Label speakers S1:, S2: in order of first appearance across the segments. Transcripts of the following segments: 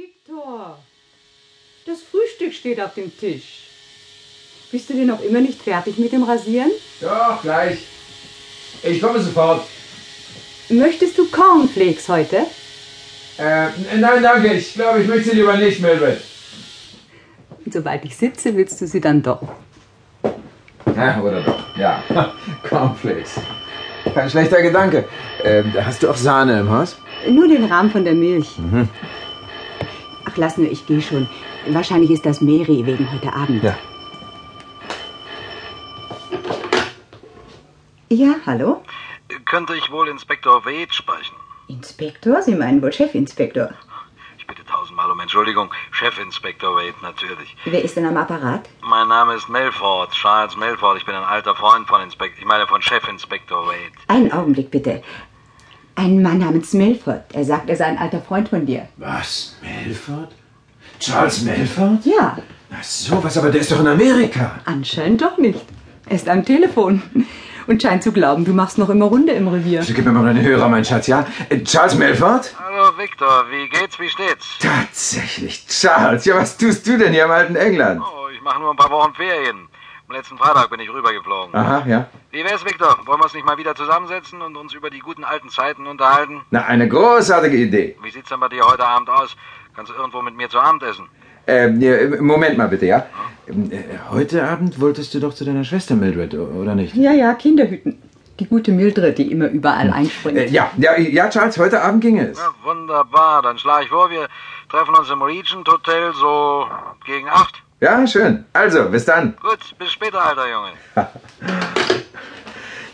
S1: Bauer, das Frühstück steht auf dem Tisch. Bist du denn noch immer nicht fertig mit dem Rasieren?
S2: Doch, gleich. Ich komme sofort.
S1: Möchtest du Cornflakes heute?
S2: Äh, n- nein, danke. Ich glaube, ich möchte sie lieber nicht, Mildred.
S1: Und sobald ich sitze, willst du sie dann doch.
S2: Ja, oder doch. Ja. Cornflakes. Kein schlechter Gedanke. Ähm, hast du auch Sahne im Haus?
S1: Nur den Rahmen von der Milch. Ach, lass nur, ich gehe schon. Wahrscheinlich ist das Mary wegen heute Abend.
S2: Ja.
S1: Ja, hallo?
S3: Könnte ich wohl Inspektor Wade sprechen?
S1: Inspektor? Sie meinen wohl Chefinspektor.
S3: Ich bitte tausendmal um Entschuldigung. Chefinspektor Wade, natürlich.
S1: Wer ist denn am Apparat?
S3: Mein Name ist Melford, Charles Melford. Ich bin ein alter Freund von Inspektor, ich meine von Chefinspektor Wade.
S1: Einen Augenblick bitte. Ein Mann namens Milford. Er sagt, er sei ein alter Freund von dir.
S2: Was? Melford? Charles Melford?
S1: Ja,
S2: Ach so, was aber? Der ist doch in Amerika.
S1: anscheinend doch nicht. Er ist am Telefon und scheint zu glauben, du machst noch immer Runde im Revier.
S2: Also, gib mir mal deine Hörer, mein Schatz, ja? Äh, Charles Melford?
S3: Hallo Victor, wie geht's, wie steht's?
S2: Tatsächlich, Charles. Ja, was tust du denn hier im alten England?
S3: Oh, ich mache nur ein paar Wochen Ferien. Am letzten Freitag bin ich rübergeflogen.
S2: Aha, ja.
S3: Wie wär's, Victor? Wollen wir uns nicht mal wieder zusammensetzen und uns über die guten alten Zeiten unterhalten?
S2: Na, eine großartige Idee.
S3: Wie sieht's denn bei dir heute Abend aus? Kannst du irgendwo mit mir zu Abend essen?
S2: Ähm, äh, Moment mal bitte, ja? Ähm, äh, Heute Abend wolltest du doch zu deiner Schwester, Mildred, o- oder nicht?
S1: Ja, ja, Kinderhüten. Die gute Mildred, die immer überall einspringt.
S2: Äh, ja, ja, ja, Charles, heute Abend ginge es.
S3: Ja, wunderbar. Dann schlage ich vor, wir treffen uns im Regent Hotel so gegen acht.
S2: Ja, schön. Also, bis dann.
S3: Gut, bis später, alter Junge.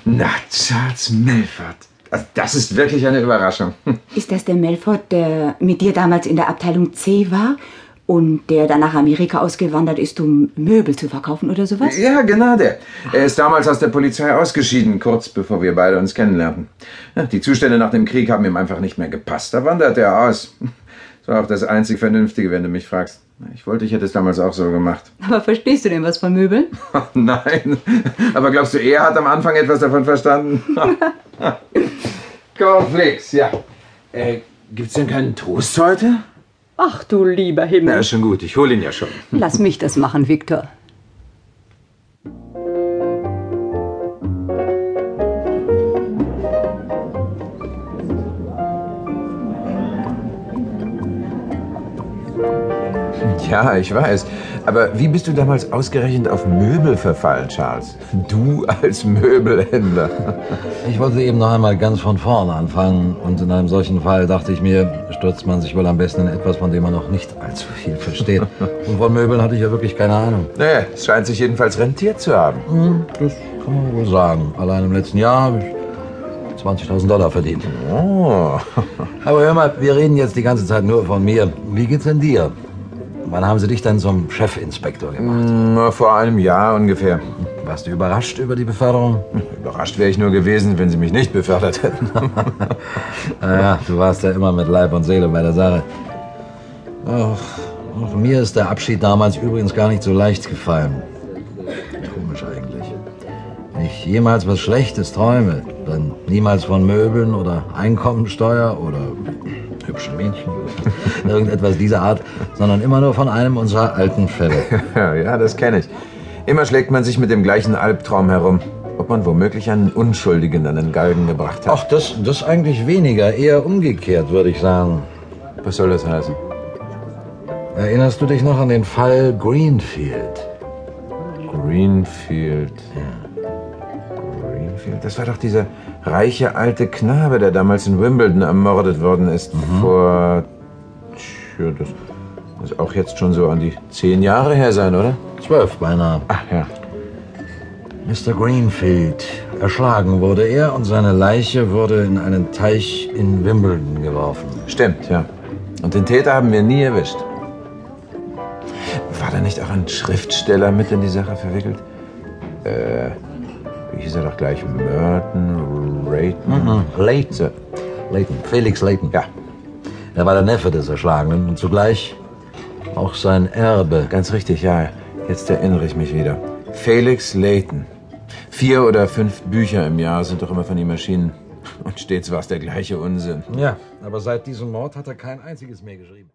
S2: Na, Charles Melford. Also, das ist wirklich eine Überraschung. Hm.
S1: Ist das der Melford, der mit dir damals in der Abteilung C war und der dann nach Amerika ausgewandert ist, um Möbel zu verkaufen oder sowas?
S2: Ja, genau der. Er ist damals aus der Polizei ausgeschieden, kurz bevor wir beide uns kennenlernten. Ja, Die Zustände nach dem Krieg haben ihm einfach nicht mehr gepasst. Da wandert er aus. Das war auch das einzig Vernünftige, wenn du mich fragst. Ich wollte, ich hätte es damals auch so gemacht. Oh,
S1: Aber verstehst du denn was von Möbeln?
S2: Nein, aber glaubst du, er hat am Anfang etwas davon verstanden? Cornflakes, ja. Äh, gibt's denn keinen Toast heute?
S1: Ach du lieber Himmel.
S2: ist schon gut, ich hole ihn ja schon.
S1: Lass mich das machen, Viktor.
S2: Ja, ich weiß. Aber wie bist du damals ausgerechnet auf Möbel verfallen, Charles? Du als Möbelhändler.
S4: Ich wollte eben noch einmal ganz von vorne anfangen und in einem solchen Fall dachte ich mir, stürzt man sich wohl am besten in etwas, von dem man noch nicht allzu viel versteht. Und von Möbeln hatte ich ja wirklich keine Ahnung.
S2: Naja, es scheint sich jedenfalls rentiert zu haben.
S4: Hm, Das kann man wohl sagen. Allein im letzten Jahr habe ich 20.000 Dollar verdient.
S2: Oh.
S4: Aber hör mal, wir reden jetzt die ganze Zeit nur von mir. Wie geht's denn dir? Wann haben sie dich denn zum Chefinspektor gemacht?
S2: Na, hm, Vor einem Jahr ungefähr.
S4: Warst du überrascht über die Beförderung?
S2: Überrascht wäre ich nur gewesen, wenn sie mich nicht befördert hätten.
S4: Naja, du warst Ah ja immer mit Leib und Seele bei der Sache. Ach, auch mir ist der Abschied damals übrigens gar nicht so leicht gefallen. Komisch eigentlich. Wenn ich jemals was Schlechtes träume, dann niemals von Möbeln oder Einkommensteuer oder hübschen Mädchen oder irgendetwas dieser Art, sondern immer nur von einem unserer alten Fälle.
S2: Ja, das kenne ich. Immer schlägt man sich mit dem gleichen Albtraum herum, ob man womöglich einen Unschuldigen an den Galgen gebracht hat.
S4: Ach, das, das eigentlich weniger, eher umgekehrt, würde ich sagen.
S2: was soll das heißen?
S4: Erinnerst du dich noch an den Fall Greenfield?
S2: Greenfield. Greenfield. Das war doch dieser reiche alte Knabe, der damals in Wimbledon ermordet worden ist. Vor. Tja, das muss auch jetzt schon so an die zehn Jahre her sein, oder?
S4: Zwölf beinahe.
S2: Ach ja.
S4: Mr. Greenfield. Erschlagen wurde er und seine Leiche wurde in einen Teich in Wimbledon geworfen.
S2: Stimmt, ja. Und den Täter haben wir nie erwischt. War da nicht auch ein Schriftsteller mit in die Sache verwickelt? Äh, wie hieß er doch gleich? Merton Rayton?
S4: Leighton. Leighton. Felix Leighton.
S2: Ja,
S4: Er war der Neffe des Erschlagenen und zugleich auch sein Erbe.
S2: ganz richtig, ja. Jetzt erinnere ich mich wieder. Felix Layton. Vier oder fünf Bücher im Jahr sind doch immer von ihm erschienen. Und stets war es der gleiche Unsinn.
S4: Ja, aber seit diesem Mord hat er kein einziges mehr geschrieben.